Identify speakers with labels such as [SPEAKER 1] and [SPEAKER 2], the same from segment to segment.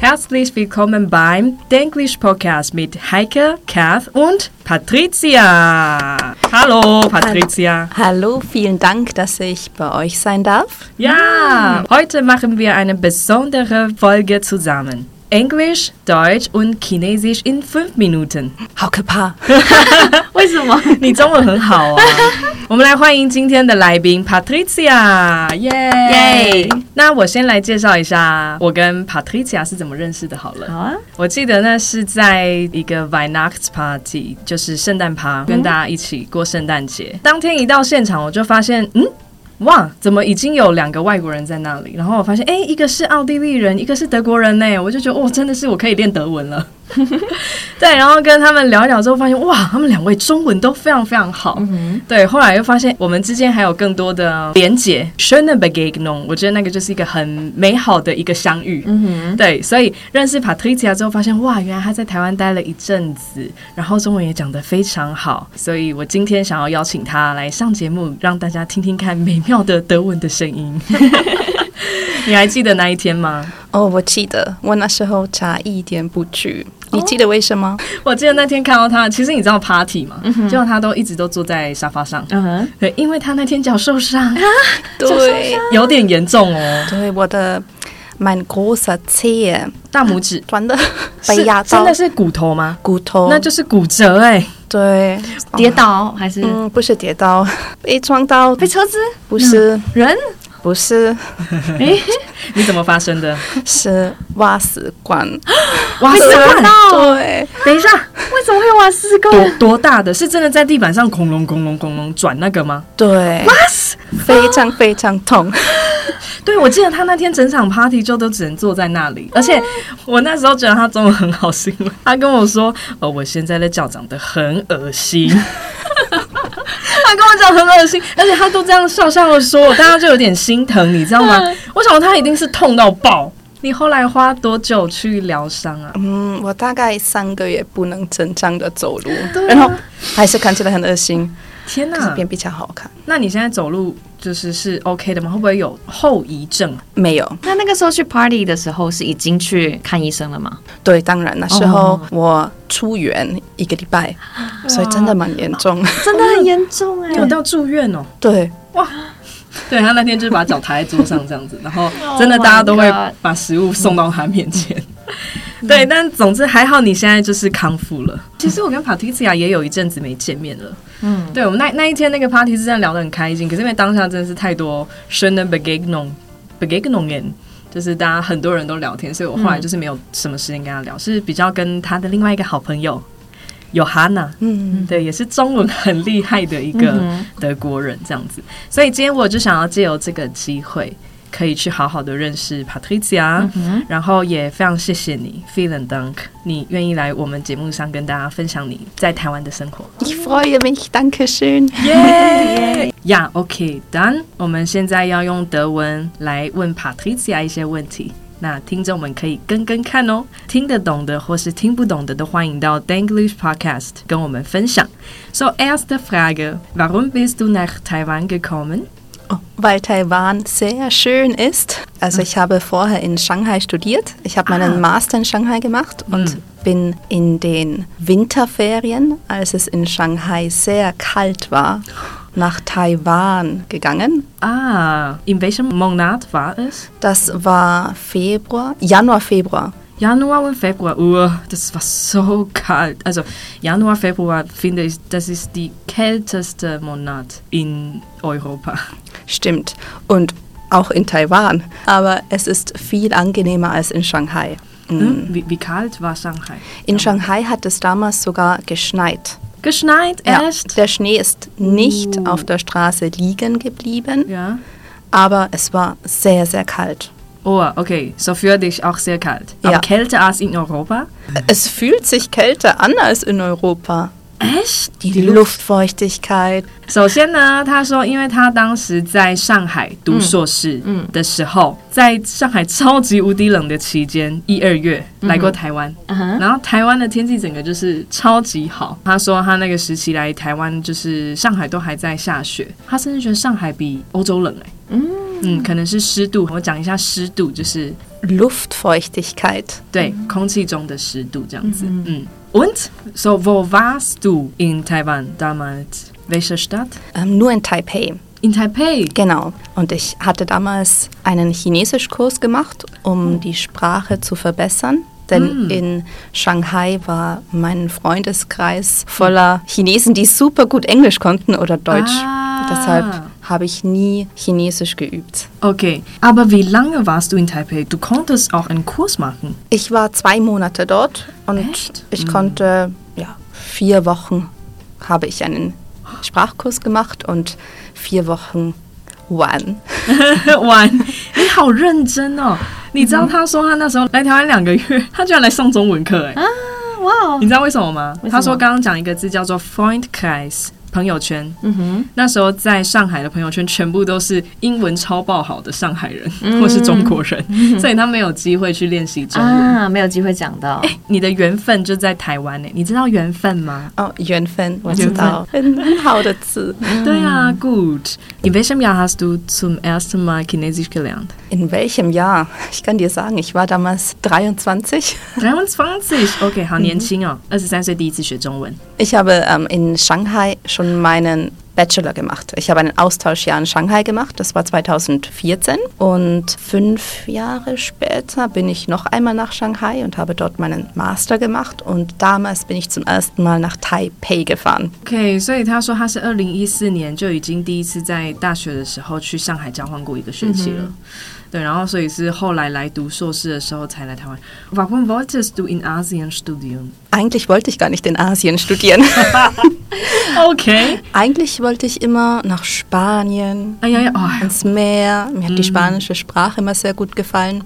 [SPEAKER 1] Herzlich willkommen beim Denglish Podcast mit Heike, Kath und Patricia. Hallo Patricia.
[SPEAKER 2] Hallo, vielen Dank, dass ich bei euch sein darf.
[SPEAKER 1] Ja, heute machen wir eine besondere Folge zusammen. Englisch, Deutsch und Chinesisch in 5 Minuten.
[SPEAKER 2] 好可怕！为什么？
[SPEAKER 1] 你中文很好啊！我们来欢迎今天的来宾 Patricia，耶
[SPEAKER 2] 耶
[SPEAKER 1] 那我先来介绍一下我跟 Patricia 是怎么认识的，好了。
[SPEAKER 2] 好啊，
[SPEAKER 1] 我记得那是在一个 Weihnachtsparty，就是圣诞趴，跟大家一起过圣诞节。当天一到现场，我就发现，嗯。哇，怎么已经有两个外国人在那里？然后我发现，哎、一个是奥地利人，一个是德国人呢。我就觉得，哦，真的是我可以练德文了。 对，然后跟他们聊一聊之后，发现哇，他们两位中文都非常非常好。对，后来又发现我们之间还有更多的连结 s h o n e b e g e g n o n 我觉得那个就是一个很美好的一个相遇。对，所以认识 Patricia 之后，发现哇，原来她在台湾待了一阵子，然后中文也讲得非常好，所以我今天想要邀请她来上节目，让大家听听看美妙的德文的声音。你还记得那一天吗？
[SPEAKER 2] 哦，我记得我那时候差一点不去，你记得为什么？
[SPEAKER 1] 我记得那天看到她，其实你知道 party 嘛，
[SPEAKER 2] 嗯
[SPEAKER 1] 结果她都一直都坐在沙发上。
[SPEAKER 3] 嗯哼，
[SPEAKER 1] 对，因为她那天脚受 伤，
[SPEAKER 2] 对，
[SPEAKER 1] 有点严重哦，
[SPEAKER 2] 对，我的蛮 großer Zeh
[SPEAKER 1] 大拇指
[SPEAKER 2] 转的被
[SPEAKER 1] 是
[SPEAKER 2] 压
[SPEAKER 1] 真
[SPEAKER 2] 到哦
[SPEAKER 1] 的是骨头吗？
[SPEAKER 2] 骨头，
[SPEAKER 1] 那就是骨折哎、
[SPEAKER 2] 对，
[SPEAKER 3] 跌倒还是、
[SPEAKER 2] 嗯，不是跌倒，被撞到，
[SPEAKER 3] 被车子
[SPEAKER 2] 不是，
[SPEAKER 3] 人？
[SPEAKER 2] 不是，
[SPEAKER 3] 哎，
[SPEAKER 1] 你怎么发生 的？
[SPEAKER 2] 是挖死管，
[SPEAKER 1] 哇
[SPEAKER 3] 被车
[SPEAKER 1] 塞！
[SPEAKER 3] 撞到？
[SPEAKER 2] 对，
[SPEAKER 1] 等一下，
[SPEAKER 3] 为什么会有啊瓦斯
[SPEAKER 1] 多
[SPEAKER 3] 罐？
[SPEAKER 1] 多大的？是真的在地板上恐龙恐龙恐龙转那个吗？
[SPEAKER 2] 对，非常非常痛，
[SPEAKER 1] 对，我记得他那天整场 party 就都只能坐在那里，
[SPEAKER 2] 哦
[SPEAKER 1] 而且我那时候觉得他中文很好，是因为他跟我说：“哦，我现在的脚长得很恶心。” 他跟我讲很恶心，而且他都这样笑笑的说，我当时就有点心疼，你知道
[SPEAKER 2] 嗯
[SPEAKER 1] 吗？我想他一定是痛到爆。你后来花多久去疗伤啊？
[SPEAKER 2] 嗯，我大概三个月不能正常的走路，然后还是看起来很恶心，
[SPEAKER 1] 天
[SPEAKER 2] 可是
[SPEAKER 1] 哪！
[SPEAKER 2] 变比较好看。
[SPEAKER 1] 那你现在走路就是是 OK 的吗？会不会有后遗症？
[SPEAKER 2] 没有，
[SPEAKER 3] 那那个时候去 party 的时候是已经去看医生了吗？
[SPEAKER 2] 对，当然那时候我出院一个礼拜，所以真的蛮严重。
[SPEAKER 3] 真的很严重哎
[SPEAKER 2] 嗯
[SPEAKER 1] 你有到住院哦？
[SPEAKER 2] 对，
[SPEAKER 1] 对他那天就是把脚抬在桌上这样子， 然后真的
[SPEAKER 3] Oh my
[SPEAKER 1] 大家都会
[SPEAKER 3] God
[SPEAKER 1] 把食物送到他面前。对，但总之还好，你现在就是康复了。嗯其实我跟 Patricia 也有一阵子没见面了。嗯，对我们那那一天那个 party 是真的聊得很开心，可是因为当下真的是太多 s h e n e n begegnung begegnungen，就是大家很多人都聊天，所以我后来就是没有什么时间跟他聊，是比较跟他的另外一个好朋友 Johanna，
[SPEAKER 2] 嗯，
[SPEAKER 1] 对，也是中文很厉害的一个德国人这样子。所以今天我就想要借由这个机会，可以去好好的认识 Patricia，、然后也非常谢谢你，Vielen Dank，你愿意来我们节目上跟大家分享你在台湾的生活。
[SPEAKER 2] ich freue mich，danke schön。
[SPEAKER 1] 耶呀，OK，Dan，我们现在要用德文来问 Patricia 一些问题。那听众们可以跟跟看哦，听得懂的或是听不懂的，都欢迎到 Danglish Podcast 跟我们分享。So erste Frage: Warum bist du nach Taiwan gekommen?
[SPEAKER 2] Oh, weil Taiwan sehr schön ist. Also ich habe vorher in Shanghai studiert. Ich habe meinen Master in Shanghai gemacht und bin in den Winterferien, als es in Shanghai sehr kalt war, nach Taiwan gegangen.
[SPEAKER 1] Ah, in welchem Monat war es?
[SPEAKER 2] Das war Februar, Januar, Februar.
[SPEAKER 1] Januar und Februar. Uh, das war so kalt. Also Januar, Februar finde ich, das ist die kälteste Monat in Europa.
[SPEAKER 2] Stimmt. Und auch in Taiwan. Aber es ist viel angenehmer als in Shanghai.
[SPEAKER 1] Hm? Wie, wie kalt war Shanghai?
[SPEAKER 2] In Shanghai hat es damals sogar geschneit.
[SPEAKER 1] Geschneit,
[SPEAKER 2] Ja,
[SPEAKER 1] echt?
[SPEAKER 2] der Schnee ist nicht auf der Straße liegen geblieben,
[SPEAKER 1] Ja.
[SPEAKER 2] aber es war sehr, sehr kalt.
[SPEAKER 1] Oh, okay. So für dich auch sehr kalt. Aber
[SPEAKER 2] Ja.
[SPEAKER 1] kälter als in Europa?
[SPEAKER 2] Es fühlt sich kälter an als in Europa.
[SPEAKER 1] Echt?
[SPEAKER 2] Die, Luftfeuchtigkeit.
[SPEAKER 1] 首先呢，他说，因为他当时在上海读硕士的时候，在上海超级无敌冷的期间，一二月来过台湾，
[SPEAKER 3] 嗯哼，
[SPEAKER 1] 然后台湾的天气整个就是超级好。他说他那个时期来台湾，就是上海都还在下雪，他甚至觉得上海比欧洲冷哎、嗯，可能是湿度。我讲一下湿度，就是
[SPEAKER 2] Luftfeuchtigkeit.
[SPEAKER 1] 对空气中的湿度这样子。嗯，und so wo warst du in Taiwan damals? Welche Stadt?
[SPEAKER 2] Ähm, nur in Taipei.
[SPEAKER 1] In Taipei.
[SPEAKER 2] Genau. Und ich hatte damals einen Chinesischkurs gemacht, um
[SPEAKER 1] Oh.
[SPEAKER 2] die Sprache zu verbessern. Denn
[SPEAKER 1] Mm.
[SPEAKER 2] in Shanghai war mein Freundeskreis voller Chinesen, die super gut Englisch konnten oder Deutsch.
[SPEAKER 1] Ah.
[SPEAKER 2] Deshalb habe ich nie Chinesisch geübt.
[SPEAKER 1] Okay, aber wie lange warst du in Taipei? Du konntest auch einen Kurs machen.
[SPEAKER 2] Ich war zwei Monate dort und
[SPEAKER 1] Echt? Mm.
[SPEAKER 2] ich konnte, ja, vier Wochen habe ich einen Sprachkurs gemacht und vier Wochen One.
[SPEAKER 1] 玩， 你好认真哦！你知道他说他那时候来台湾两个月，他居然来上中文课哎、
[SPEAKER 3] 哇哦
[SPEAKER 1] 你，知道为什么吗？
[SPEAKER 3] 为什么
[SPEAKER 1] 他说刚刚讲一个字叫做 Freundkreis。朋友圈，
[SPEAKER 3] 嗯哼，
[SPEAKER 1] 那时候在上海的朋友圈全部都是英文超爆好的上海人、
[SPEAKER 3] 嗯
[SPEAKER 1] 或是中国人， 所以他没有机会去练习中文。
[SPEAKER 3] 啊，没有机会讲到，
[SPEAKER 1] 你的缘分就在台湾呢、欸你知道缘分吗？
[SPEAKER 2] Oh, Yönfen, was
[SPEAKER 1] Yönfen.
[SPEAKER 2] da? Hau dazu.
[SPEAKER 3] 嗯
[SPEAKER 1] 对ja, 啊 gut. In welchem Jahr hast du zum ersten Mal Chinesisch gelernt?
[SPEAKER 2] In welchem Jahr? Ich kann dir sagen, ich war damals 23.
[SPEAKER 1] 23. Okay,
[SPEAKER 3] 嗯
[SPEAKER 1] 好年轻哦，二十三岁第一次学中文。
[SPEAKER 2] Ich habe ähm, in Shanghai schon meinen Bachelor gemacht. Ich habe ein Austauschjahr in Shanghai gemacht, das war 2014. Und fünf Jahre später bin ich noch einmal nach Shanghai und habe dort meinen Master gemacht. Und damals bin ich zum ersten Mal nach Taipei gefahren.
[SPEAKER 1] OK，所以他说他是二零一四年就已经第一次在大学的时候去上海交换过一个学期了。对，然后所以是后来来读硕士的时候才来台湾。Warum wolltest du in Asien studieren?
[SPEAKER 2] Eigentlich wollte ich gar nicht in Asien studieren.
[SPEAKER 1] OK，
[SPEAKER 2] Eigentlich wollte ich immer nach Spanien,
[SPEAKER 1] 哎呀呀，哎、
[SPEAKER 2] ans Meer. Mir hat die spanische Sprache immer sehr gut gefallen.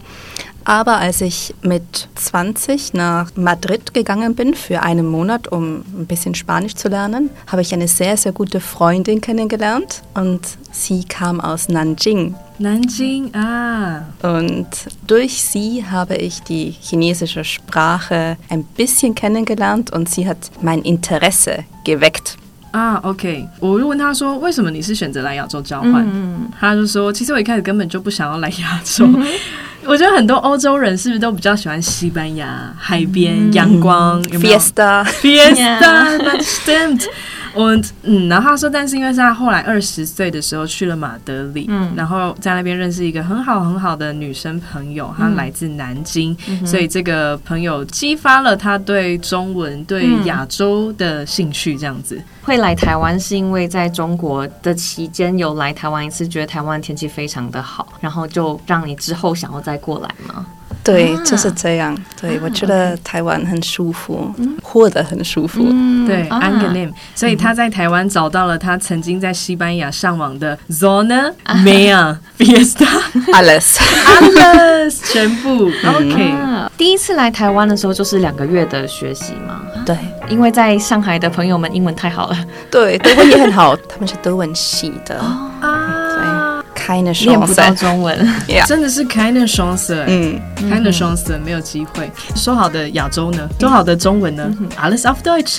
[SPEAKER 2] Aber als ich mit 20 nach Madrid gegangen bin für einen Monat, um ein bisschen Spanisch zu lernen, habe ich eine sehr, sehr gute Freundin kennengelernt und sie kam aus Nanjing.
[SPEAKER 1] 南京啊，
[SPEAKER 2] Und durch sie habe ich die chinesische Sprache ein bisschen kennengelernt und sie hat mein Interesse geweckt.
[SPEAKER 1] 啊，OK，我就问他说，为什么你是选择来亚洲交换？他就说，其实我一开始根本就不想要来亚洲。我觉得很多欧洲人是不是都比较喜欢西班牙海边、阳光、有没有
[SPEAKER 2] Fiesta.
[SPEAKER 1] Fiesta, das stimmt. Und 嗯，然后他说，但是因为是他后来二十岁的时候去了马德里，然后在那边认识一个很好很好的女生朋友，她来自南京，所以这个朋友激发了他对中文、对亚洲的兴趣，这样子。
[SPEAKER 3] 会来台湾是因为在中国的期间有来台湾一次，觉得台湾天气非常的好，然后就让你之后想要再过来吗？啊
[SPEAKER 2] 对，就是这样。对，我觉得台湾很舒服，
[SPEAKER 3] 嗯
[SPEAKER 2] 活得很舒服。
[SPEAKER 1] 对、
[SPEAKER 3] 啊
[SPEAKER 1] a n g e l i m 所以他在台湾找到了他曾经在西班牙上网的 Zona、Maya、Fiesta、
[SPEAKER 2] Alles。
[SPEAKER 1] Atlas 全部 OK。
[SPEAKER 3] 啊，第一次来台湾的时候就是两个月的学习吗？
[SPEAKER 2] 对，
[SPEAKER 3] 因为在上海的朋友们英文太好了，
[SPEAKER 2] 对，德文也很好，他们是德文系的，
[SPEAKER 1] 啊，
[SPEAKER 2] keine
[SPEAKER 3] 哦练不到
[SPEAKER 2] Chance。
[SPEAKER 3] 中文。
[SPEAKER 1] 真的是 kind of chance，哎
[SPEAKER 2] 嗯，
[SPEAKER 1] kind of chance 没有机会。说好的亚洲呢？说好的中文呢？Alles auf Deutsch。